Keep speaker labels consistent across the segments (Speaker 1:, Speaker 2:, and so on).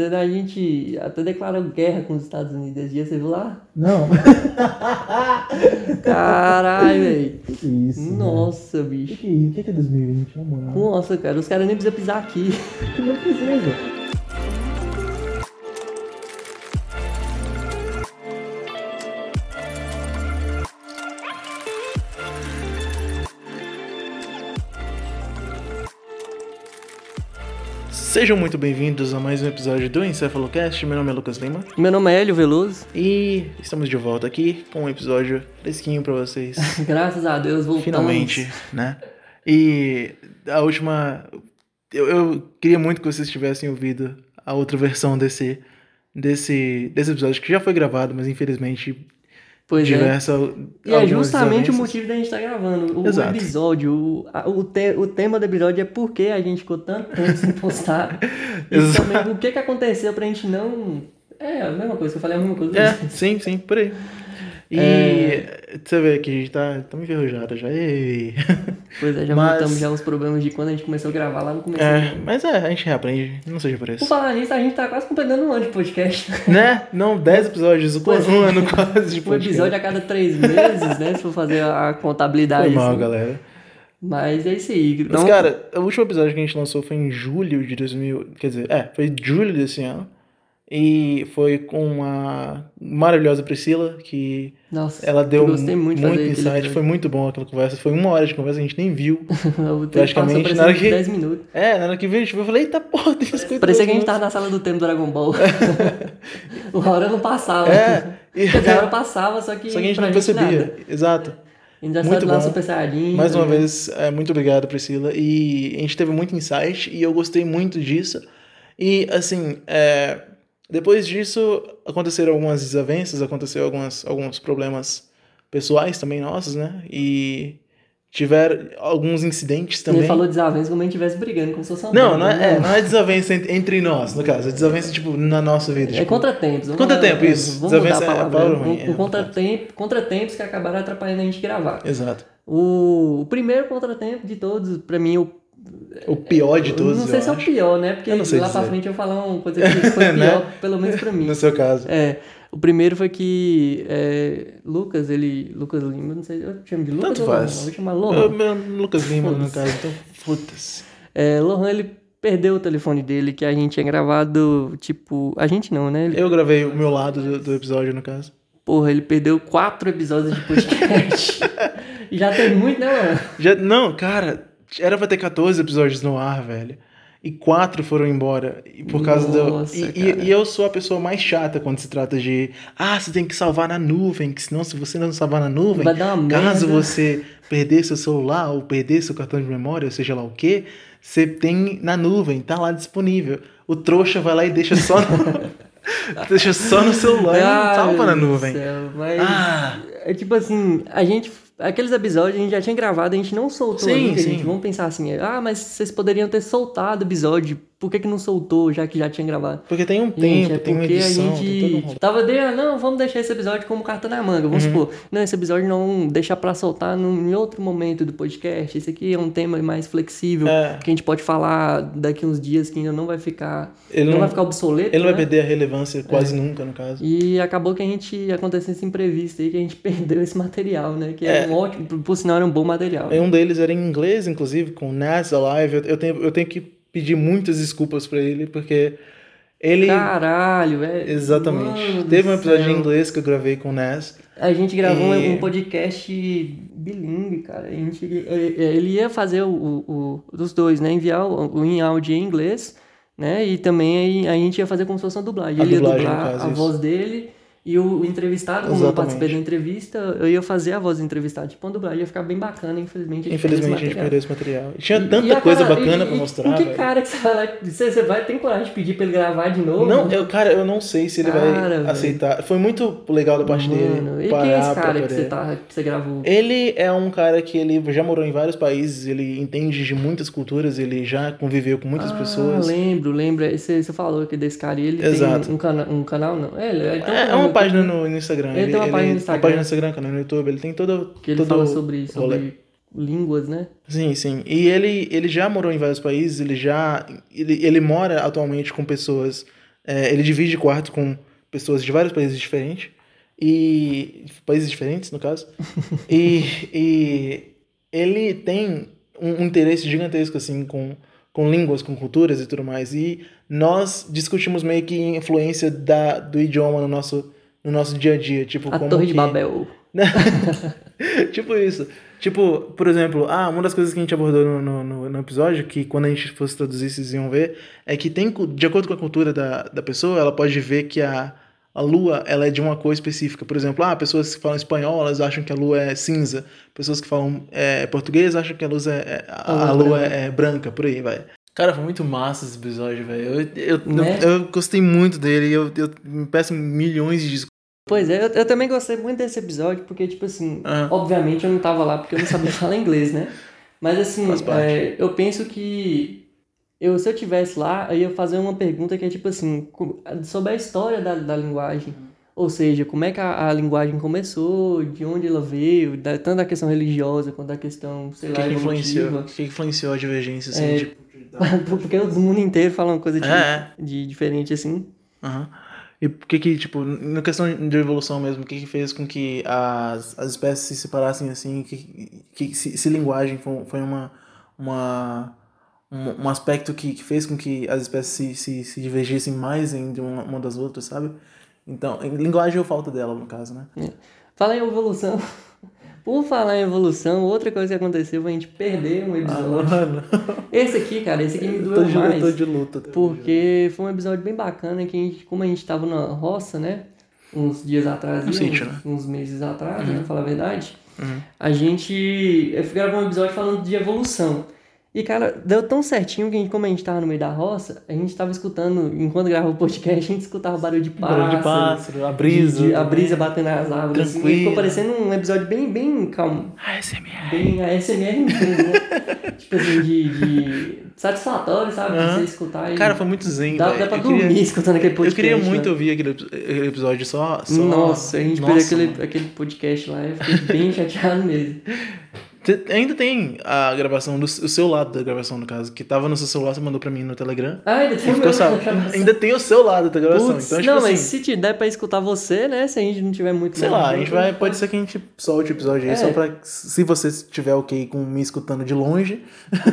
Speaker 1: A gente até declarou guerra com os Estados Unidos esse dia, você viu lá?
Speaker 2: Não.
Speaker 1: Caralho, velho.
Speaker 2: Que que é isso? né?
Speaker 1: Nossa,
Speaker 2: Que
Speaker 1: bicho.
Speaker 2: que, é isso? que que é 2020, mano?
Speaker 1: Nossa, cara, os caras nem precisam pisar aqui.
Speaker 2: Não precisa.
Speaker 3: Sejam muito bem-vindos a mais um episódio do Encefalocast. Meu nome é Lucas Lima
Speaker 1: Meu nome é Hélio Veloso.
Speaker 3: e estamos de volta aqui com um episódio fresquinho pra vocês.
Speaker 1: Graças a Deus voltamos.
Speaker 3: Finalmente, né? E a última. Eu, eu queria muito que vocês tivessem ouvido a outra versão desse, desse, desse episódio que já foi gravado, mas infelizmente
Speaker 1: Pois é.
Speaker 3: diversa.
Speaker 1: E é justamente o motivo da gente estar gravando. O
Speaker 3: Exato.
Speaker 1: episódio, o, a- o, te- o tema do episódio é por que a gente ficou tanto tempo sem postar. e
Speaker 3: Exato.
Speaker 1: também o que, que aconteceu pra gente não. É a mesma coisa que eu falei, a mesma coisa.
Speaker 3: É, sim, sim, por aí. E
Speaker 1: É.
Speaker 3: você vê que a gente tá, tá enferrujado já. E...
Speaker 1: Pois é, já
Speaker 3: Mas-
Speaker 1: voltamos já uns problemas de quando a gente começou a gravar lá no começo.
Speaker 3: É, mas é, a gente reaprende, não seja por isso.
Speaker 1: Por falar nisso, a gente tá quase completando um ano de podcast.
Speaker 3: Né? Não, 10 episódios, um
Speaker 1: Pois é.
Speaker 3: ano quase de
Speaker 1: Um
Speaker 3: podcast.
Speaker 1: episódio a cada três meses, né? Se for fazer a contabilidade.
Speaker 3: Foi mal,
Speaker 1: assim.
Speaker 3: galera.
Speaker 1: Mas é isso aí.
Speaker 3: Mas,
Speaker 1: Não-
Speaker 3: cara, o último episódio que a gente lançou foi em julho de 2000... Quer dizer, é, foi em julho desse ano. E foi com a maravilhosa Priscila, que
Speaker 1: Nossa,
Speaker 3: ela deu
Speaker 1: eu gostei muito, de
Speaker 3: muito
Speaker 1: fazer aquele
Speaker 3: insight. Foi muito bom aquela conversa. Foi uma hora de conversa, a gente nem viu.
Speaker 1: episódio. O tempo
Speaker 3: praticamente,
Speaker 1: passou
Speaker 3: na hora
Speaker 1: parecendo 10
Speaker 3: que-
Speaker 1: minutos.
Speaker 3: É, na hora que veio, a gente viu, eu falei, eita porra, tem
Speaker 1: Parecia
Speaker 3: 50
Speaker 1: que a gente
Speaker 3: minutos.
Speaker 1: tava na sala do tempo do Dragon Ball. o hora não passava.
Speaker 3: É, e-
Speaker 1: Quer dizer, a hora passava, só que.
Speaker 3: Só que a gente
Speaker 1: pra
Speaker 3: não
Speaker 1: nada.
Speaker 3: percebia. Exato.
Speaker 1: A gente já
Speaker 3: Muito
Speaker 1: saiu lá
Speaker 3: bom.
Speaker 1: Super Saiyajin.
Speaker 3: Mais uma
Speaker 1: né?
Speaker 3: vez, é, muito obrigado, Priscila. E a gente teve muito insight e eu gostei muito disso. E, assim, é, depois disso, aconteceram algumas desavenças, aconteceu algumas, alguns problemas pessoais também nossos, né? E tiveram alguns incidentes também.
Speaker 1: Ele falou desavença como a gente estivesse brigando, como se fosse uma
Speaker 3: Não,
Speaker 1: briga,
Speaker 3: não é, é,
Speaker 1: né?
Speaker 3: não é desavença entre, entre nós, no caso. É desavença, tipo, na nossa vida.
Speaker 1: É
Speaker 3: tipo,
Speaker 1: contratempos. vamos-
Speaker 3: Contratempo, isso.
Speaker 1: Vamos mudar a
Speaker 3: Desavença é
Speaker 1: palavra.
Speaker 3: palavra ruim,
Speaker 1: O-
Speaker 3: é,
Speaker 1: o contratempo, contratempos que acabaram atrapalhando a gente gravar.
Speaker 3: Exato.
Speaker 1: O, o primeiro contratempo de todos, pra mim, o,
Speaker 3: O pior de todos,
Speaker 1: não sei
Speaker 3: eu
Speaker 1: se é o
Speaker 3: acho.
Speaker 1: pior, né? Porque
Speaker 3: Eu não sei
Speaker 1: lá pra
Speaker 3: dizer.
Speaker 1: frente eu vou falar uma coisa que foi pior,
Speaker 3: Né?
Speaker 1: pelo menos pra mim.
Speaker 3: No seu caso.
Speaker 1: É, o primeiro foi que é, Lucas, ele. Lucas Lima, não sei, eu chamo de Lucas.
Speaker 3: Tanto
Speaker 1: ou Lohan?
Speaker 3: faz.
Speaker 1: Eu vou chamar
Speaker 3: Eu,
Speaker 1: Lohan.
Speaker 3: meu, Lucas Lima, no
Speaker 1: Foda-se.
Speaker 3: caso. Então, foda-se.
Speaker 1: É, Lohan, ele perdeu o telefone dele, que a gente tinha gravado, tipo. A gente não, né? Ele-
Speaker 3: Eu gravei o meu lado do, do episódio, no caso.
Speaker 1: porra, ele perdeu quatro episódios de podcast. E Já tem muito, né, Lohan?
Speaker 3: Já, não, cara, era pra ter 14 episódios no ar, velho. E quatro foram embora. E por causa
Speaker 1: Nossa,
Speaker 3: do. E,
Speaker 1: cara.
Speaker 3: e, e eu sou a pessoa mais chata quando se trata de. Ah, você tem que salvar na nuvem, que senão se você não salvar na nuvem.
Speaker 1: Vai dar uma
Speaker 3: Caso
Speaker 1: merda.
Speaker 3: você perder seu celular ou perder seu cartão de memória, ou seja lá o que, você tem na nuvem, tá lá disponível. O trouxa vai lá e deixa só no, deixa só no celular e não
Speaker 1: Ai,
Speaker 3: salva na
Speaker 1: meu Deus
Speaker 3: nuvem.
Speaker 1: do céu, mas-
Speaker 3: Ah,
Speaker 1: É tipo assim, a gente. Aqueles episódios a gente já tinha gravado, a gente não soltou
Speaker 3: Sim,
Speaker 1: ainda,
Speaker 3: sim.
Speaker 1: gente. Vamos pensar assim, ah, mas vocês poderiam ter soltado o episódio, por que, que não soltou, já que já tinha gravado?
Speaker 3: porque tem um
Speaker 1: Gente,
Speaker 3: tempo,
Speaker 1: é
Speaker 3: tem uma
Speaker 1: porque
Speaker 3: edição,
Speaker 1: a
Speaker 3: tem todo Uhum. um
Speaker 1: gente
Speaker 3: rolê.
Speaker 1: tava de, ah, não, vamos deixar esse episódio como carta na manga, vamos supor, não, esse episódio não deixar pra soltar num, em outro momento do podcast, esse aqui é um tema mais flexível,
Speaker 3: É.
Speaker 1: que a gente pode falar daqui uns dias, que ainda não vai ficar,
Speaker 3: Ele
Speaker 1: não,
Speaker 3: não-
Speaker 1: vai ficar obsoleto,
Speaker 3: Ele não vai
Speaker 1: né?
Speaker 3: perder a relevância quase nunca, no caso.
Speaker 1: E acabou que a gente aconteceu esse imprevisto aí, que a gente perdeu esse material, né? Que é, um ótimo, por, por sinal era um bom material.
Speaker 3: Um deles era em inglês, inclusive, com NASA Live. Eu- Eu tenho, eu tenho que pedir muitas desculpas pra ele, porque ele.
Speaker 1: Caralho, velho.
Speaker 3: Exatamente.
Speaker 1: Mano do
Speaker 3: Teve um episódio
Speaker 1: céu.
Speaker 3: em inglês que eu gravei com o Nas.
Speaker 1: A gente gravou
Speaker 3: E-
Speaker 1: um podcast bilíngue, cara. A gente, ele ele ia fazer o, o, o- dos dois, né? Enviar o, o em áudio em inglês, né? E também aí a gente ia fazer como se fosse uma dublagem.
Speaker 3: A
Speaker 1: ele
Speaker 3: dublagem,
Speaker 1: ia
Speaker 3: no
Speaker 1: dublar
Speaker 3: caso,
Speaker 1: a
Speaker 3: isso.
Speaker 1: voz dele e o, o entrevistado, como eu
Speaker 3: Exatamente.
Speaker 1: participei da entrevista, eu ia fazer a voz do entrevistado. Tipo, uma dublagem ia ficar bem bacana, infelizmente. a gente perdeu esse
Speaker 3: Infelizmente a
Speaker 1: material.
Speaker 3: gente perdeu esse material. E Tinha
Speaker 1: E-
Speaker 3: tanta
Speaker 1: e a
Speaker 3: coisa
Speaker 1: cara-
Speaker 3: bacana
Speaker 1: e-
Speaker 3: pra
Speaker 1: e
Speaker 3: mostrar.
Speaker 1: Com que
Speaker 3: velho.
Speaker 1: cara que você vai lá. Você, você vai, tem coragem de pedir pra ele gravar de novo?
Speaker 3: Não, eu, cara, eu não sei se ele
Speaker 1: Cara,
Speaker 3: vai
Speaker 1: velho.
Speaker 3: aceitar. Foi muito legal da parte
Speaker 1: Mano,
Speaker 3: dele.
Speaker 1: e quem é esse
Speaker 3: pra
Speaker 1: cara que
Speaker 3: poder-
Speaker 1: você, tá, que você gravou?
Speaker 3: Ele é um cara que ele já morou em vários países, ele entende de muitas culturas, ele já conviveu com muitas
Speaker 1: Ah,
Speaker 3: pessoas.
Speaker 1: lembro, lembro. Você, você falou que desse cara, e ele
Speaker 3: Exato.
Speaker 1: tem um, cana um canal, não. É, ele, ele tem um
Speaker 3: É, é
Speaker 1: canal
Speaker 3: uma
Speaker 1: no
Speaker 3: página
Speaker 1: YouTube
Speaker 3: no, no Instagram.
Speaker 1: Ele tem uma página no Instagram.
Speaker 3: Uma página no Instagram, canal no YouTube, ele tem todo.
Speaker 1: Que ele
Speaker 3: todo
Speaker 1: fala sobre, sobre
Speaker 3: rolê.
Speaker 1: línguas, né?
Speaker 3: Sim, sim. E ele, ele já morou em vários países, ele já. Ele, ele mora atualmente com pessoas É, ele divide quarto com pessoas de vários países diferentes. E. Países diferentes, no caso. e, e ele tem um, um interesse gigantesco, assim, com, com línguas, com culturas e tudo mais. E nós discutimos meio que a influência da, do idioma no nosso, no nosso dia a dia. Tipo,
Speaker 1: A
Speaker 3: como
Speaker 1: Torre de
Speaker 3: que-
Speaker 1: Babel.
Speaker 3: tipo isso. Tipo, por exemplo, ah, uma das coisas que a gente abordou no, no- no, no episódio, que quando a gente fosse traduzir, vocês iam ver, é que tem, cu- de acordo com a cultura da, da pessoa, ela pode ver que a, a lua ela é de uma cor específica. Por exemplo, ah, pessoas que falam espanhol, elas acham que a lua é cinza. Pessoas que falam é, português acham que a, luz é, é- a, a
Speaker 1: A lua
Speaker 3: lua é, é branca, por aí, vai. Cara, foi muito massa esse episódio, velho. Eu, eu,
Speaker 1: Né?
Speaker 3: eu, eu gostei muito dele. Eu, eu me peço milhões de desculpas.
Speaker 1: Pois é, eu, eu também gostei muito desse episódio, porque, tipo assim,
Speaker 3: Ah.
Speaker 1: obviamente eu não tava lá porque eu não sabia falar inglês, né? Mas assim,
Speaker 3: Faz parte.
Speaker 1: é, eu penso que eu, se eu tivesse lá, eu ia fazer uma pergunta que é tipo assim, co- sobre a história da, da linguagem. Ou seja, como é que a, a linguagem começou, de onde ela veio, da- tanto da questão religiosa quanto da questão, sei
Speaker 3: O
Speaker 1: lá,
Speaker 3: que, que influenciou?
Speaker 1: evolutiva.
Speaker 3: O que, que influenciou a divergência, assim,
Speaker 1: É,
Speaker 3: de-
Speaker 1: porque o mundo inteiro fala uma coisa de,
Speaker 3: É,
Speaker 1: de diferente, assim.
Speaker 3: Aham. E o que que, tipo, na questão de evolução mesmo, o que que fez com que as, as espécies se separassem assim, que, que se, se linguagem foi, foi uma, uma, um, um aspecto que, que fez com que as espécies se, se, se divergissem mais entre uma, uma das outras, sabe? Então, em linguagem ou falta dela, no caso, né?
Speaker 1: Falar em evolução. Por falar em evolução, outra coisa que aconteceu foi a gente perder um episódio.
Speaker 3: mano.
Speaker 1: Esse aqui, cara, esse aqui me
Speaker 3: Ah, Eu tô,
Speaker 1: doeu
Speaker 3: de, eu
Speaker 1: mais.
Speaker 3: tô de luta. tá? até hoje.
Speaker 1: Porque foi um episódio bem bacana que a gente, como a gente tava na roça, né? Uns dias atrás,
Speaker 3: No
Speaker 1: uns,
Speaker 3: sítio, né?
Speaker 1: uns meses atrás, né, pra falar a verdade.
Speaker 3: Uhum.
Speaker 1: A gente eh, gravou um episódio falando de evolução. E, cara, deu tão certinho que, a gente, como a gente tava no meio da roça, a gente tava escutando, enquanto gravava o podcast, a gente escutava barulho de pássaro.
Speaker 3: Barulho de pássaro, a brisa.
Speaker 1: brisa, a brisa batendo nas árvores. assim,
Speaker 3: né? Tranquilo.
Speaker 1: ficou parecendo um episódio bem, bem calmo.
Speaker 3: ASMR.
Speaker 1: Bem ASMR mesmo, né? tipo assim, de, de satisfatório, sabe? Pra
Speaker 3: Aham.
Speaker 1: Você escutar e...
Speaker 3: Cara, foi muito zen,
Speaker 1: dá,
Speaker 3: velho.
Speaker 1: dá pra
Speaker 3: Eu
Speaker 1: dormir
Speaker 3: queria-
Speaker 1: escutando aquele
Speaker 3: Eu
Speaker 1: podcast.
Speaker 3: queria muito
Speaker 1: né?
Speaker 3: ouvir aquele, epi- aquele episódio só. só...
Speaker 1: Nossa, a gente
Speaker 3: Nossa,
Speaker 1: perdeu
Speaker 3: mano.
Speaker 1: aquele, aquele podcast lá e eu fiquei bem chateado mesmo.
Speaker 3: Te- Ainda tem a gravação, do, o seu lado da gravação, no caso, que tava no seu celular, você mandou pra mim no Telegram.
Speaker 1: Ah, ainda tem
Speaker 3: E ficou
Speaker 1: meu-
Speaker 3: sab- Ainda tem o seu lado da gravação.
Speaker 1: Putz,
Speaker 3: então, tipo
Speaker 1: não,
Speaker 3: assim,
Speaker 1: mas se te der pra escutar você, né? Se a gente não tiver muito...
Speaker 3: sei
Speaker 1: mais
Speaker 3: lá, a
Speaker 1: tempo,
Speaker 3: gente vai. Pode ser que a gente solte o episódio aí,
Speaker 1: É.
Speaker 3: só pra. Se você estiver ok com me escutando de longe.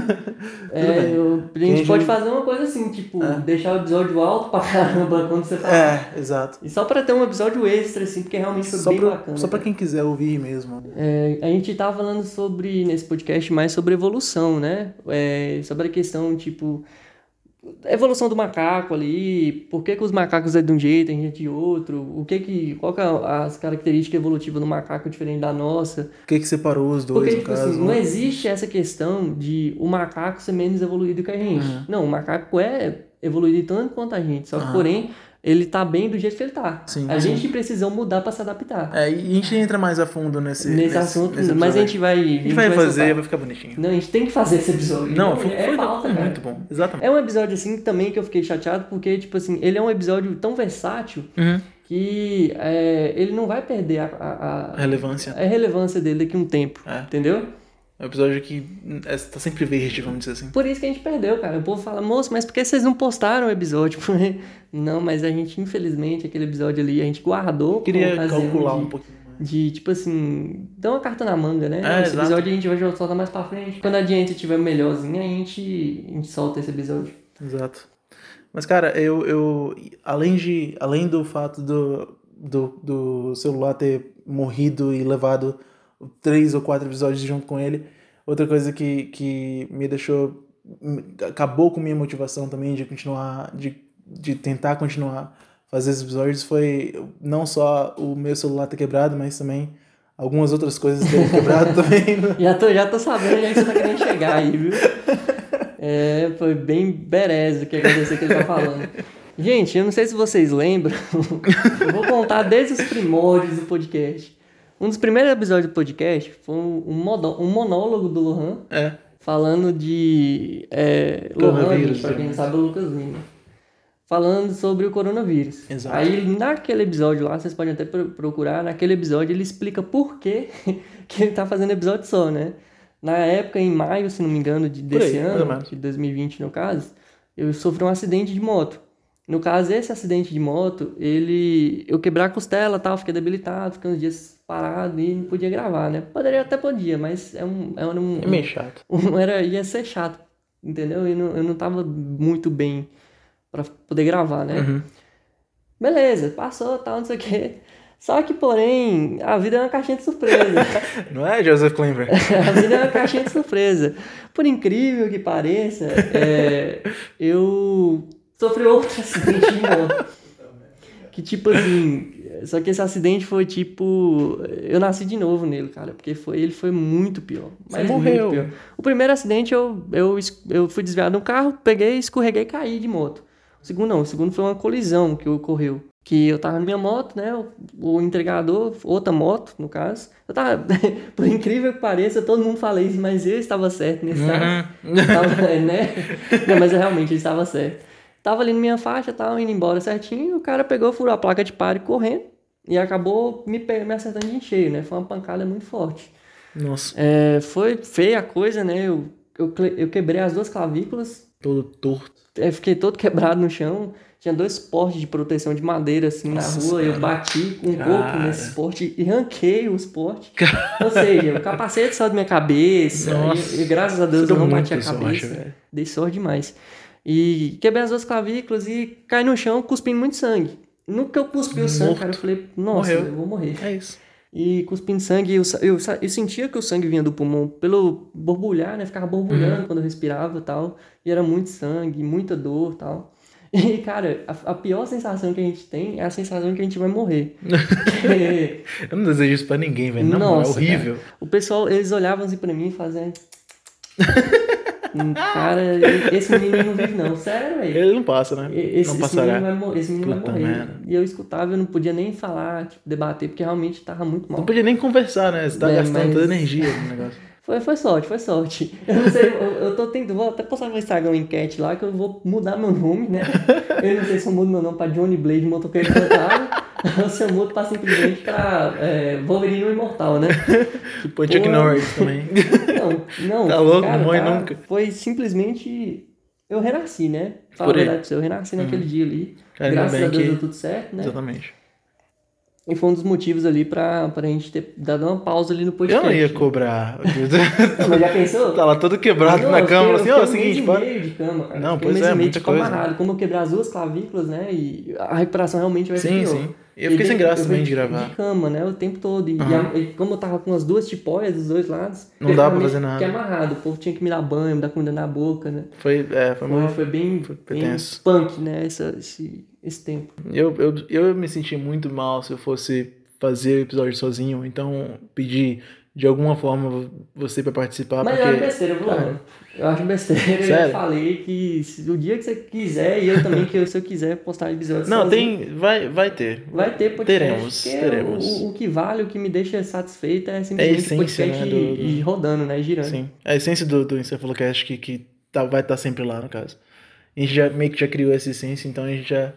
Speaker 3: tudo
Speaker 1: É,
Speaker 3: bem.
Speaker 1: eu- a
Speaker 3: a
Speaker 1: gente
Speaker 3: gente-
Speaker 1: pode fazer uma coisa assim, tipo, deixar o episódio alto pra caramba quando você tá
Speaker 3: É, exato.
Speaker 1: E só pra ter um episódio extra, assim, porque realmente foi
Speaker 3: Só
Speaker 1: bem
Speaker 3: pra,
Speaker 1: bacana.
Speaker 3: só pra
Speaker 1: cara.
Speaker 3: quem quiser ouvir mesmo. né?
Speaker 1: É, a gente tava falando sobre, nesse podcast, mais sobre evolução, né? É, sobre a questão, tipo, a evolução do macaco ali, por que, que os macacos é de um jeito, a gente é de outro, o que que, qual que é as características evolutivas do macaco diferente da nossa.
Speaker 3: O que que separou os dois,
Speaker 1: Porque,
Speaker 3: no
Speaker 1: tipo
Speaker 3: caso? né?
Speaker 1: assim, não existe essa questão de o macaco ser menos evoluído que a gente.
Speaker 3: Uhum.
Speaker 1: Não, o macaco é evoluído tanto quanto a gente, só que,
Speaker 3: Aham.
Speaker 1: porém, ele tá bem do jeito que ele tá.
Speaker 3: Sim,
Speaker 1: a
Speaker 3: sim.
Speaker 1: gente precisou mudar pra se adaptar.
Speaker 3: É, e a gente entra mais a fundo nesse.
Speaker 1: nesse, assunto,
Speaker 3: nesse
Speaker 1: mas a
Speaker 3: episódio.
Speaker 1: gente vai.
Speaker 3: A gente vai fazer,
Speaker 1: soltar.
Speaker 3: vai ficar bonitinho.
Speaker 1: Não, a gente tem que fazer esse episódio.
Speaker 3: Não, foi,
Speaker 1: é
Speaker 3: foi-
Speaker 1: pauta,
Speaker 3: foi
Speaker 1: cara.
Speaker 3: muito bom. Exatamente.
Speaker 1: É um episódio assim também que eu fiquei chateado, porque, tipo assim, ele é um episódio tão versátil
Speaker 3: Uhum.
Speaker 1: que é, ele não vai perder a, a- a-
Speaker 3: Relevância.
Speaker 1: a relevância dele daqui a um tempo.
Speaker 3: É.
Speaker 1: Entendeu?
Speaker 3: É um episódio que hum, é- tá sempre verde, vamos dizer assim.
Speaker 1: Por isso que a gente perdeu, cara. O povo fala, moço, mas por que vocês não postaram o episódio? não, mas a gente, infelizmente, aquele episódio ali, a gente guardou.
Speaker 3: Eu queria
Speaker 1: por ocasião
Speaker 3: calcular
Speaker 1: de-
Speaker 3: um pouquinho mais.
Speaker 1: De, tipo assim, dar uma carta na manga, né?
Speaker 3: É,
Speaker 1: esse
Speaker 3: exato.
Speaker 1: episódio a gente vai soltar mais pra frente. Quando a gente estiver melhorzinha, a gente, a gente solta esse episódio.
Speaker 3: Exato. Mas, cara, eu, eu além, de, além do fato do, do, do celular ter morrido e levado três ou quatro episódios junto com ele, outra coisa que, que me deixou. me- acabou com minha motivação também de continuar, de, de tentar continuar fazer esses episódios foi não só o meu celular ter quebrado, mas também algumas outras coisas terem quebrado também. né?
Speaker 1: Já tô, já tô sabendo já que você tá querendo chegar aí, viu? É, foi bem berez o que aconteceu que ele tá falando. Gente, eu não sei se vocês lembram, eu vou contar desde os primórdios do podcast. Um dos primeiros episódios do podcast foi um, um modó- um monólogo do Lohan
Speaker 3: É.
Speaker 1: falando de é, Lohan,
Speaker 3: Coronavírus,
Speaker 1: pra quem
Speaker 3: né?
Speaker 1: não sabe, é o Lucas Lima. Falando sobre o coronavírus.
Speaker 3: Exato.
Speaker 1: Aí, naquele episódio lá, vocês podem até pro- procurar, naquele episódio ele explica por que, que ele tá fazendo episódio só, né? Na época, em maio, se não me engano, de,
Speaker 3: Por aí,
Speaker 1: desse
Speaker 3: mais ou
Speaker 1: ano,
Speaker 3: menos.
Speaker 1: de 2020 no caso, eu sofri um acidente de moto. No caso, esse acidente de moto, ele. Eu quebrei a costela tal, fiquei debilitado, fiquei uns dias parado e não podia gravar, né? Poderia até podia, mas é um. É um,
Speaker 3: É meio chato.
Speaker 1: um- era, ia ser chato, entendeu? E não, eu não tava muito bem pra poder gravar, né?
Speaker 3: Uhum.
Speaker 1: Beleza, passou, tal, não sei o quê. Só que, porém, a vida é uma caixinha de surpresa.
Speaker 3: Não é, Joseph Klimber?
Speaker 1: A vida é uma caixinha de surpresa. Por incrível que pareça, é, eu sofri outro acidente de moto. Que tipo assim. Só que esse acidente foi tipo. Eu nasci de novo nele, cara. Porque foi, ele foi muito pior.
Speaker 3: Você
Speaker 1: muito
Speaker 3: morreu.
Speaker 1: pior. O primeiro acidente eu, eu, es- eu fui desviado de um carro, peguei, escorreguei e caí de moto. O segundo não, o segundo foi uma colisão que ocorreu. Que eu tava na minha moto, né? o- O entregador, outra moto, no caso. Eu tava, por incrível que pareça, todo mundo fala isso, mas eu estava certo nesse caso.
Speaker 3: Uhum.
Speaker 1: Tava, né? Não, mas eu realmente estava certo. Tava ali na minha faixa, tava indo embora certinho, o cara pegou, furou a placa de pare correndo e acabou me, pe- me acertando de cheio, né? Foi uma pancada muito forte.
Speaker 3: Nossa,
Speaker 1: É, foi feia a coisa, né? Eu, eu, cle- eu quebrei as duas clavículas,
Speaker 3: todo torto.
Speaker 1: é, fiquei todo quebrado no chão. Tinha dois portes de proteção de madeira assim
Speaker 3: Nossa
Speaker 1: na rua, eu
Speaker 3: senhora.
Speaker 1: bati com o corpo
Speaker 3: Cara.
Speaker 1: nesse esporte e ranquei o esporte. Ou seja, o capacete saiu da minha cabeça.
Speaker 3: Nossa.
Speaker 1: E, e graças a Deus
Speaker 3: Você
Speaker 1: eu
Speaker 3: deu
Speaker 1: não bati a
Speaker 3: muita sorte,
Speaker 1: cabeça.
Speaker 3: velho.
Speaker 1: Dei sorte demais. E quebrei as duas clavículas e caí no chão cuspindo muito sangue. No que eu cuspi o sangue,
Speaker 3: Morto.
Speaker 1: cara, eu falei, nossa,
Speaker 3: Morreu.
Speaker 1: eu vou morrer.
Speaker 3: É isso.
Speaker 1: E cuspindo sangue, eu, sa- eu, sa- eu sentia que o sangue vinha do pulmão pelo borbulhar, né? Ficava borbulhando
Speaker 3: Uhum.
Speaker 1: quando eu respirava e tal. E era muito sangue, muita dor e tal. E, cara, a, a pior sensação que a gente tem é a sensação que a gente vai morrer. Porque
Speaker 3: Eu não desejo isso pra ninguém, velho. Não, mano, é
Speaker 1: Nossa,
Speaker 3: horrível.
Speaker 1: o pessoal, eles olhavam assim pra mim e faziam... "Hum, Cara, esse menino não vive não. Sério, velho.
Speaker 3: Ele não passa, né?
Speaker 1: E- Esse,
Speaker 3: não
Speaker 1: esse menino
Speaker 3: passará.
Speaker 1: vai, mo- esse menino vai
Speaker 3: Puta
Speaker 1: morrer.
Speaker 3: merda.
Speaker 1: E eu escutava, eu não podia nem falar, tipo, debater, porque realmente tava muito mal.
Speaker 3: Não podia nem conversar, né? Você tá
Speaker 1: É,
Speaker 3: gastando
Speaker 1: mas-
Speaker 3: toda a energia no negócio.
Speaker 1: Foi, foi sorte, foi sorte. Eu não sei, eu, eu tô tentando, vou até postar no meu Instagram uma enquete lá que eu vou mudar meu nome, né? Eu não sei se eu mudo meu nome pra Johnny Blade Motoqueiro Fantasma ou se eu mudo pra simplesmente pra é, Wolverine o Imortal, né?
Speaker 3: Tipo, Chuck
Speaker 1: Pô.
Speaker 3: Norris também.
Speaker 1: Né? Não, não.
Speaker 3: Tá louco? Não morre nunca.
Speaker 1: Foi simplesmente. Eu renasci, né? Fala a
Speaker 3: Por aí. Uhum.
Speaker 1: verdade pra você, eu renasci naquele dia ali.
Speaker 3: Cara, ainda
Speaker 1: Graças
Speaker 3: bem
Speaker 1: a Deus
Speaker 3: que-
Speaker 1: deu tudo certo, né?
Speaker 3: Exatamente.
Speaker 1: E foi um dos motivos ali pra, pra gente ter dado uma pausa ali no
Speaker 3: Eu
Speaker 1: podcast.
Speaker 3: não ia cobrar.
Speaker 1: Não, mas já pensou?
Speaker 3: tá lá todo quebrado
Speaker 1: Não,
Speaker 3: na
Speaker 1: eu
Speaker 3: câmera, assim,
Speaker 1: fiquei-
Speaker 3: ó, é o
Speaker 1: eu fiquei um
Speaker 3: seguinte,
Speaker 1: mês
Speaker 3: bora.
Speaker 1: e meio de cama, cara.
Speaker 3: Não,
Speaker 1: Fiquei um
Speaker 3: pois
Speaker 1: mês
Speaker 3: é,
Speaker 1: e meio
Speaker 3: muita
Speaker 1: de cama
Speaker 3: coisa.
Speaker 1: amarrado. Como eu quebrar as duas clavículas, né? E a recuperação realmente vai ser
Speaker 3: Sim,
Speaker 1: pior.
Speaker 3: sim.
Speaker 1: E
Speaker 3: Eu fiquei sem
Speaker 1: dentro- né,
Speaker 3: graça
Speaker 1: eu
Speaker 3: também
Speaker 1: fui
Speaker 3: de gravar.
Speaker 1: De cama, né? O tempo todo. E,
Speaker 3: Aham.
Speaker 1: e a- e como eu tava com as duas tipóias dos dois lados.
Speaker 3: Não dava pra
Speaker 1: eu
Speaker 3: fazer
Speaker 1: realmente
Speaker 3: nada.
Speaker 1: Fiquei amarrado. O povo tinha que me dar banho, me dar comida na boca, né?
Speaker 3: Foi, é, foi
Speaker 1: Foi,
Speaker 3: muito.
Speaker 1: foi bem,
Speaker 3: foi
Speaker 1: bem
Speaker 3: tenso.
Speaker 1: punk, né? Essa, esse, esse tempo.
Speaker 3: Eu, eu, eu me senti muito mal se eu fosse fazer o episódio sozinho, então pedi de alguma forma vo- você pra participar,
Speaker 1: Mas eu acho
Speaker 3: porque.
Speaker 1: besteira, viu?
Speaker 3: Cara.
Speaker 1: Eu acho besteira. Eu
Speaker 3: Sério?
Speaker 1: falei que se- o dia que você quiser, e eu também, que eu, se eu quiser postar episódio
Speaker 3: Não,
Speaker 1: é sozinho,
Speaker 3: tem. Vai, vai ter.
Speaker 1: Vai ter podcast.
Speaker 3: Teremos,
Speaker 1: porque
Speaker 3: teremos.
Speaker 1: O, o que vale, o que me deixa satisfeito é
Speaker 3: É a
Speaker 1: simplesmente o
Speaker 3: essência,
Speaker 1: podcast
Speaker 3: né, do- do-
Speaker 1: e- e rodando, né? Girando.
Speaker 3: Sim. É A essência do, do Encefalocast que, que tá, vai estar sempre lá, no caso. A gente já meio que já criou essa essência, então a gente já,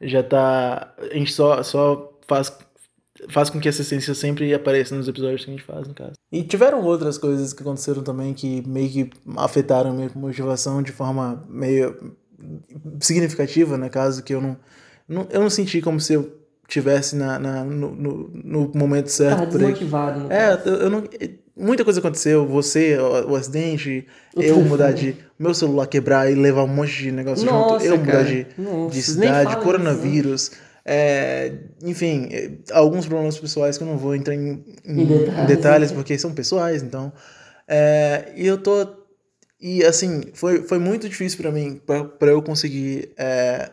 Speaker 3: já tá. A gente só, só faz, faz com que essa essência sempre apareça nos episódios que a gente faz, no caso. E tiveram outras coisas que aconteceram também que meio que afetaram a minha motivação de forma meio significativa, no caso, que eu não. não eu não senti como se eu tivesse na, na- no, no, no momento certo
Speaker 1: Tava
Speaker 3: por aí.
Speaker 1: Tá desmotivado. né? no
Speaker 3: É,
Speaker 1: caso.
Speaker 3: eu, eu não. Muita coisa aconteceu. Você, o, o acidente,
Speaker 1: O
Speaker 3: eu
Speaker 1: telefone.
Speaker 3: mudar de. Meu celular quebrar e levar um monte de negócio
Speaker 1: Nossa,
Speaker 3: junto. Eu
Speaker 1: cara.
Speaker 3: mudar de,
Speaker 1: Nossa,
Speaker 3: de
Speaker 1: nem
Speaker 3: cidade,
Speaker 1: fala disso, né?
Speaker 3: coronavírus. é, enfim, é, alguns problemas pessoais que eu não vou entrar em, em-
Speaker 1: Em detalhes,
Speaker 3: em detalhes
Speaker 1: né?
Speaker 3: porque são pessoais, então. é, e eu tô. E assim, foi, foi muito difícil pra mim, pra, pra eu conseguir. é,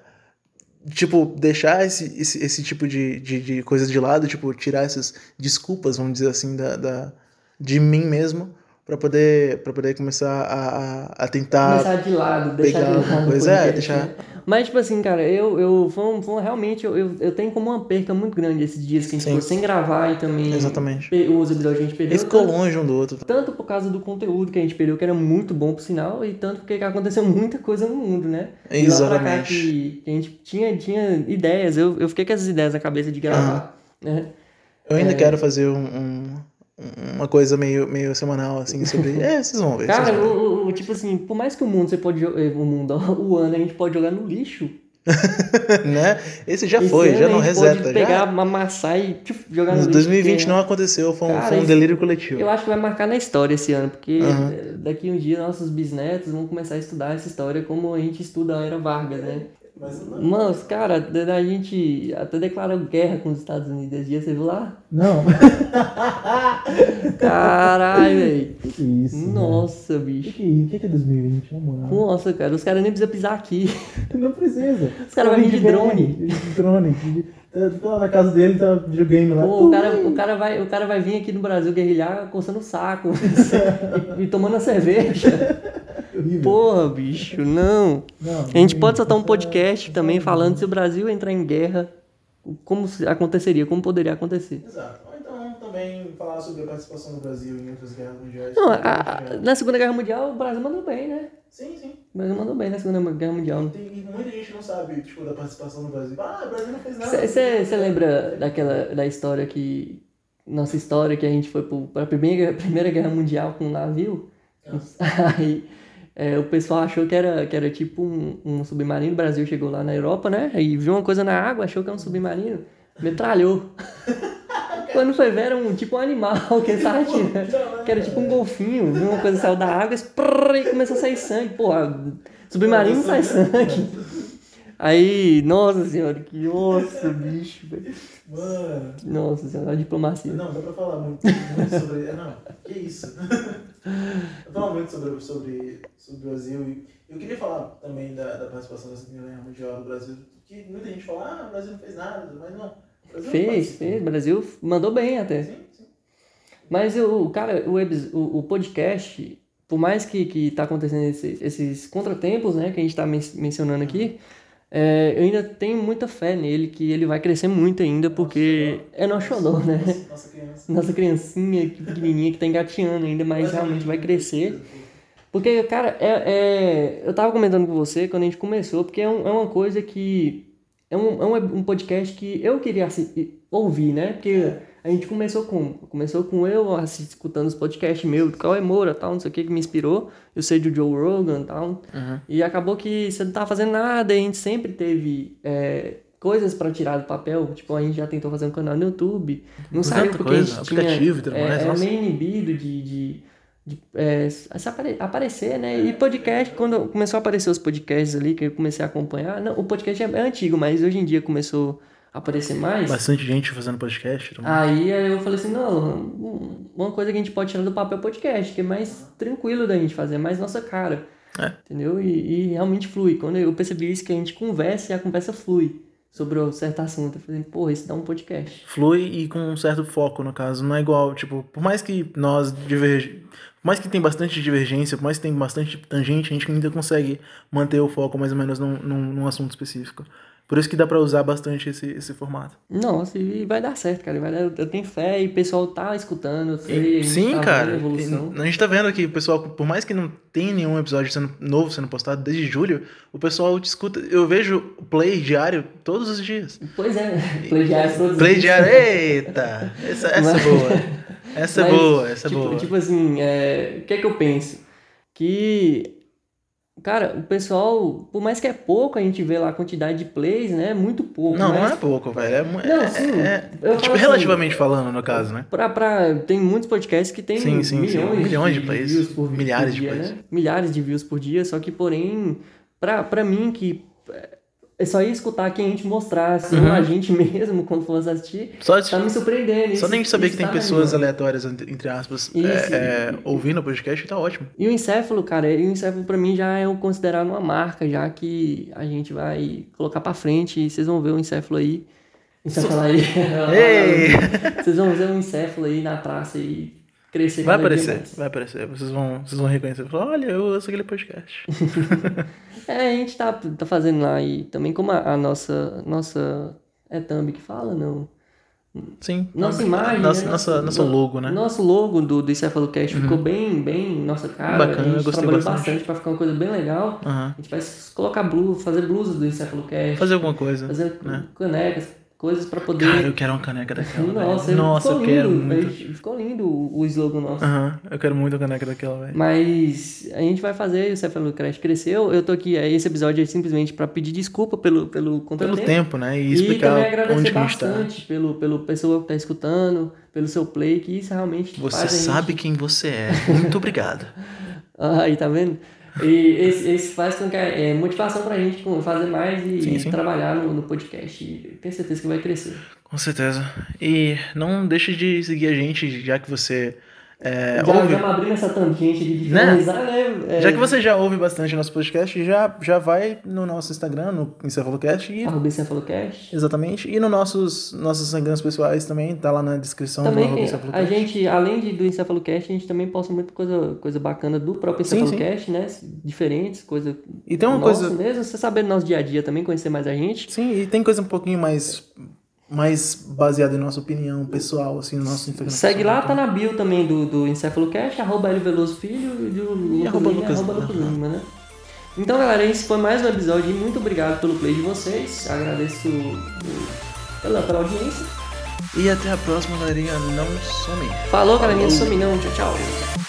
Speaker 3: tipo, deixar esse, esse, esse tipo de, de, de coisa de lado, tipo, tirar essas desculpas, vamos dizer assim, da, da- de mim mesmo, pra poder, pra poder começar a, a, a
Speaker 1: né?
Speaker 3: tentar.
Speaker 1: Começar de lado, deixar
Speaker 3: ah, pegar
Speaker 1: de
Speaker 3: alguma
Speaker 1: lado. o
Speaker 3: coisa, é,
Speaker 1: podcast,
Speaker 3: deixar-
Speaker 1: né? Mas, tipo assim, cara, eu, eu foi um- foi um- realmente, eu, eu, eu tenho como uma perca muito grande esses dias que a gente
Speaker 3: Sim.
Speaker 1: ficou sem gravar e também
Speaker 3: Exatamente.
Speaker 1: pe- os episódios que a gente perdeu.
Speaker 3: Ele ficou longe um do outro.
Speaker 1: Tanto por causa do conteúdo que a gente perdeu, que era muito bom pro sinal, e tanto porque aconteceu muita coisa no mundo, né? E lá pra cá
Speaker 3: Exatamente.
Speaker 1: que, que a gente tinha, tinha ideias, eu, eu fiquei com essas ideias na cabeça de
Speaker 3: Ah,
Speaker 1: gravar, né?
Speaker 3: Eu ainda quero fazer um, um- uma coisa meio, meio semanal, assim, sobre. é, vocês vão ver. vocês
Speaker 1: Cara,
Speaker 3: vão ver.
Speaker 1: o, o- o- tipo assim, por mais que o mundo você pode jo- eh, o mundo, ó, o ano a gente pode jogar no lixo,
Speaker 3: né? Esse já
Speaker 1: Esse
Speaker 3: foi,
Speaker 1: ano
Speaker 3: já
Speaker 1: a
Speaker 3: não
Speaker 1: gente
Speaker 3: reseta.
Speaker 1: Pode
Speaker 3: Já...
Speaker 1: pegar, amassar e tchuf, jogar no
Speaker 3: Mas
Speaker 1: lixo,
Speaker 3: 2020
Speaker 1: porque
Speaker 3: não aconteceu, foi um,
Speaker 1: Cara,
Speaker 3: foi um
Speaker 1: isso-
Speaker 3: delírio coletivo.
Speaker 1: Eu acho que vai marcar na história esse ano, porque
Speaker 3: Aham.
Speaker 1: eh, daqui um dia nossos bisnetos vão começar a estudar essa história como a gente estuda a Era Vargas, né?
Speaker 4: Mas não.
Speaker 1: Mano, os cara, a gente até declarou guerra com os Estados Unidos esse dia, você viu lá?
Speaker 2: Não.
Speaker 1: Caralho, velho.
Speaker 2: Que é isso? velho?
Speaker 1: Nossa,
Speaker 2: Que
Speaker 1: bicho.
Speaker 2: que é- que que é 2020, na moral?
Speaker 1: Nossa, cara, os caras nem precisam pisar aqui.
Speaker 2: Não precisa.
Speaker 1: Os caras vão vir de drone.
Speaker 2: De drone. de- tá- Tá lá na casa dele, tá videogame lá.
Speaker 1: Pô, o cara, o, cara vai, o cara vai vir aqui no Brasil guerrilhar coçando o saco e, e tomando a cerveja.
Speaker 2: Horrível.
Speaker 1: Porra, bicho, não.
Speaker 2: Não,
Speaker 1: A
Speaker 2: 2020
Speaker 1: gente pode soltar um
Speaker 2: tá-
Speaker 1: podcast também falando se o Brasil entrar em guerra, como se- aconteceria, como poderia acontecer.
Speaker 4: Exato. Ou então também falar sobre a participação do Brasil em outras guerras mundiais.
Speaker 1: Não, a- a- na Segunda Guerra Mundial o Brasil mandou bem, né?
Speaker 4: Sim, sim.
Speaker 1: O Brasil mandou bem na Segunda Guerra Mundial. né?
Speaker 4: Tem muita gente que não sabe, tipo, da participação do Brasil. Ah, o Brasil não fez nada.
Speaker 1: Você lembra daquela da história que. Nossa história que a gente foi pro, pra primeira, primeira Guerra Mundial com um navio? Aí é, o pessoal achou que era, que era tipo um, um submarino. O Brasil chegou lá na Europa, né? E viu uma coisa na água, achou que era um submarino, metralhou. Quando foi ver, era um, tipo um animal que estava atirando.
Speaker 4: então, né?
Speaker 1: Que era tipo um golfinho, viu uma coisa saiu da água e começou a sair sangue. Porra, submarino sai sangue. Aí, nossa senhora, que nossa, bicho, velho.
Speaker 4: Mano.
Speaker 1: Nossa senhora, a diplomacia.
Speaker 4: Não, dá pra falar muito, muito sobre. é, Não, que isso. Dá pra falar muito sobre, sobre, sobre o Brasil. E eu queria falar também da, da participação da Segunda Guerra Mundial do Brasil. Porque muita gente fala, ah, o Brasil não fez nada, mas não. O Brasil não
Speaker 1: Fez,
Speaker 4: participou.
Speaker 1: fez. O Brasil mandou bem até.
Speaker 4: Sim, sim.
Speaker 1: Mas o cara, o, ebis- o, o podcast, por mais que, que tá acontecendo esse- esses contratempos, né, que a gente tá men- mencionando aqui, é, eu ainda tenho muita fé nele, que ele vai crescer muito ainda, porque é nosso xodó, né?
Speaker 4: Nossa, nossa criança.
Speaker 1: nossa criancinha que pequenininha que tá engatinhando ainda, mas realmente vai crescer. Porque, cara, é, é- eu tava comentando com você quando a gente começou, porque é, um- é uma coisa que. É um, é um, um podcast que eu queria assi- ouvir, né? Porque a gente começou com. Começou com eu assi- escutando os podcasts meus, do Cauê Moura tal, não sei o que, que me inspirou. Eu sei do Joe Rogan tal.
Speaker 3: Uhum.
Speaker 1: E acabou que você não tava fazendo nada, e a gente sempre teve. é, Coisas pra tirar do papel, tipo, a gente já tentou fazer um canal no YouTube, não saiu
Speaker 3: Tanta
Speaker 1: porque a
Speaker 3: coisa,
Speaker 1: gente
Speaker 3: aplicativo e tudo
Speaker 1: tinha, é,
Speaker 3: mais,
Speaker 1: é
Speaker 3: nossa.
Speaker 1: meio inibido de, de, de, é, se apare- aparecer, né? E podcast, quando começou a aparecer os podcasts ali, que eu comecei a acompanhar, não, o podcast é antigo, mas hoje em dia começou a aparecer mais.
Speaker 3: Bastante gente fazendo podcast.
Speaker 1: Ah.
Speaker 3: tudo mais.
Speaker 1: Aí aí eu falei assim, não, Lohan, uma coisa que a gente pode tirar do papel é podcast, que é mais tranquilo da gente fazer, é mais nossa cara.
Speaker 3: É.
Speaker 1: Entendeu? E, e realmente flui. Quando eu percebi isso, que a gente conversa e a conversa flui sobre um certo assunto. Eu falei, porra, isso dá um podcast.
Speaker 3: Flui e com um certo foco, no caso. Não é igual, tipo, por mais que nós diverge... Por mais que tem bastante divergência, por mais que tem bastante tangente, a gente ainda consegue manter o foco mais ou menos num, num, num assunto específico. Por isso que dá pra usar bastante esse, esse formato.
Speaker 1: Nossa, e vai dar certo, cara. Vai dar- eu tenho fé e o pessoal tá escutando. Eu sei, a gente
Speaker 3: Sim,
Speaker 1: tá
Speaker 3: cara.
Speaker 1: vendo a evolução.
Speaker 3: A gente tá vendo aqui, o pessoal, por mais que não tenha nenhum episódio sendo novo sendo postado desde julho, o pessoal escuta. Eu vejo o play diário todos os dias.
Speaker 1: Pois é, play de áreas todos os
Speaker 3: Play
Speaker 1: dias.
Speaker 3: diário, eita! Essa, essa é
Speaker 1: Mas-
Speaker 3: boa. Essa é
Speaker 1: Mas,
Speaker 3: boa, essa é
Speaker 1: tipo,
Speaker 3: boa.
Speaker 1: Tipo assim, é, o que é que eu penso? Que, cara, o pessoal, por mais que é pouco a gente vê lá a quantidade de plays, né? É muito pouco.
Speaker 3: não, não
Speaker 1: mas
Speaker 3: é pouco, velho. É, mu- é,
Speaker 1: Não, sim,
Speaker 3: é-
Speaker 1: eu falo
Speaker 3: tipo,
Speaker 1: assim-
Speaker 3: relativamente falando, no caso, né?
Speaker 1: Pra, pra, tem muitos podcasts que tem
Speaker 3: Sim, sim,
Speaker 1: milhões,
Speaker 3: sim. Milhões de
Speaker 1: de,
Speaker 3: plays,
Speaker 1: views por, por
Speaker 3: milhares de
Speaker 1: dia,
Speaker 3: plays.
Speaker 1: né? Milhares de views por dia, só que, porém, pra, pra mim, que é só ia escutar quem a gente mostrasse, ou a gente mesmo, quando fosse assistir,
Speaker 3: Só,
Speaker 1: tá me surpreendendo.
Speaker 3: só
Speaker 1: isso-
Speaker 3: nem saber
Speaker 1: isso
Speaker 3: que tem
Speaker 1: tá me
Speaker 3: pessoas
Speaker 1: animando.
Speaker 3: aleatórias, entre entre aspas,
Speaker 1: Isso.
Speaker 3: é, é, ouvindo o podcast, tá ótimo.
Speaker 1: E o encéfalo, cara, e o encéfalo pra mim já é o considerado uma marca, já que a gente vai colocar pra frente e vocês vão ver o encéfalo aí. Encéfalo aí. Tá,
Speaker 3: Ei!
Speaker 1: vocês vão ver o encéfalo aí na praça e crescer
Speaker 3: Vai
Speaker 1: cada dia
Speaker 3: aparecer,
Speaker 1: mais.
Speaker 3: vai aparecer. Vocês vão, vocês vão reconhecer. Vão Falar, Olha, eu ouço aquele podcast.
Speaker 1: É, a gente tá, tá fazendo lá e também como a, a nossa. Nossa. É thumb que fala, não?
Speaker 3: Tipo, Sim.
Speaker 1: Nossa imagem.
Speaker 3: Nossa,
Speaker 1: né?
Speaker 3: nossa, nosso logo, né? Uhum.
Speaker 1: Nosso logo do, do Encéfalocast ficou bem, bem. Nossa cara.
Speaker 3: Bacana,
Speaker 1: a
Speaker 3: eu
Speaker 1: gente
Speaker 3: gostei
Speaker 1: trabalhou
Speaker 3: bastante.
Speaker 1: bastante pra ficar uma coisa bem legal.
Speaker 3: Aham.
Speaker 1: A gente vai colocar blusa, fazer blusas do Encéfalocast.
Speaker 3: Fazer alguma coisa.
Speaker 1: fazer
Speaker 3: né?
Speaker 1: canecas, coisas pra poder.
Speaker 3: Cara, eu quero uma caneca daquela.
Speaker 1: Nossa,
Speaker 3: velho.
Speaker 1: ele
Speaker 3: Nossa eu
Speaker 1: ficou
Speaker 3: quero
Speaker 1: lindo.
Speaker 3: muito.
Speaker 1: ele- Ficou lindo o o slogan nosso.
Speaker 3: Aham, eu quero muito a caneca daquela, velho.
Speaker 1: Mas a gente vai fazer, o Cefalo Crash cresceu. Eu tô aqui, é, esse episódio é simplesmente pra pedir desculpa pelo, pelo
Speaker 3: Pelo
Speaker 1: contratempo.
Speaker 3: tempo, né?
Speaker 1: E
Speaker 3: E
Speaker 1: também
Speaker 3: explicar
Speaker 1: agradecer
Speaker 3: onde que a gente tá.
Speaker 1: bastante pelo, pelo pessoal que tá escutando, pelo seu play, que isso realmente
Speaker 3: Você
Speaker 1: faz a gente-
Speaker 3: sabe quem você é. Muito obrigado.
Speaker 1: Ah, Aí, tá vendo? E esse, esse faz com que é motivação pra gente com- fazer mais e,
Speaker 3: Sim, sim.
Speaker 1: trabalhar no, no podcast. E tenho certeza que vai crescer.
Speaker 3: Com certeza. E não deixe de seguir a gente, já que você é,
Speaker 1: já,
Speaker 3: ouve.
Speaker 1: já abrindo essa tangente de
Speaker 3: Né?
Speaker 1: finalizar, né? É,
Speaker 3: Já que você já ouve bastante nosso podcast, já, já vai no nosso Instagram, no Encefalocast, e,
Speaker 1: Arroba Encefalocast.
Speaker 3: exatamente. E nos nossos, nossos Instagrams pessoais também, tá lá na descrição do arroba
Speaker 1: Também é, a
Speaker 3: Encefalocast.
Speaker 1: gente, além de, do Encefalocast, a gente também posta muita coisa, coisa bacana do próprio
Speaker 3: Sim, sim.
Speaker 1: Encefalocast, né? Diferentes, coisa
Speaker 3: E tem uma
Speaker 1: nossa
Speaker 3: coisa.
Speaker 1: mesmo, você saber do nosso dia a dia também, conhecer mais a gente.
Speaker 3: Sim, e tem coisa um pouquinho mais, mais baseada em nossa opinião pessoal, assim, no nosso Instagram.
Speaker 1: Segue lá,
Speaker 3: pessoal.
Speaker 1: tá na bio também do, do Encefalocast, arroba L Veloso Filho e do Lucas
Speaker 3: arroba
Speaker 1: Lima,
Speaker 3: Lucas
Speaker 1: arroba
Speaker 3: Lima.
Speaker 1: Lucas Lima, né? Então, galera, esse foi mais um episódio. Muito obrigado pelo play de vocês. Agradeço o- pela, pela audiência.
Speaker 3: E até a próxima, galerinha. Não some.
Speaker 1: Falou, galerinha. Some não. Tchau, tchau.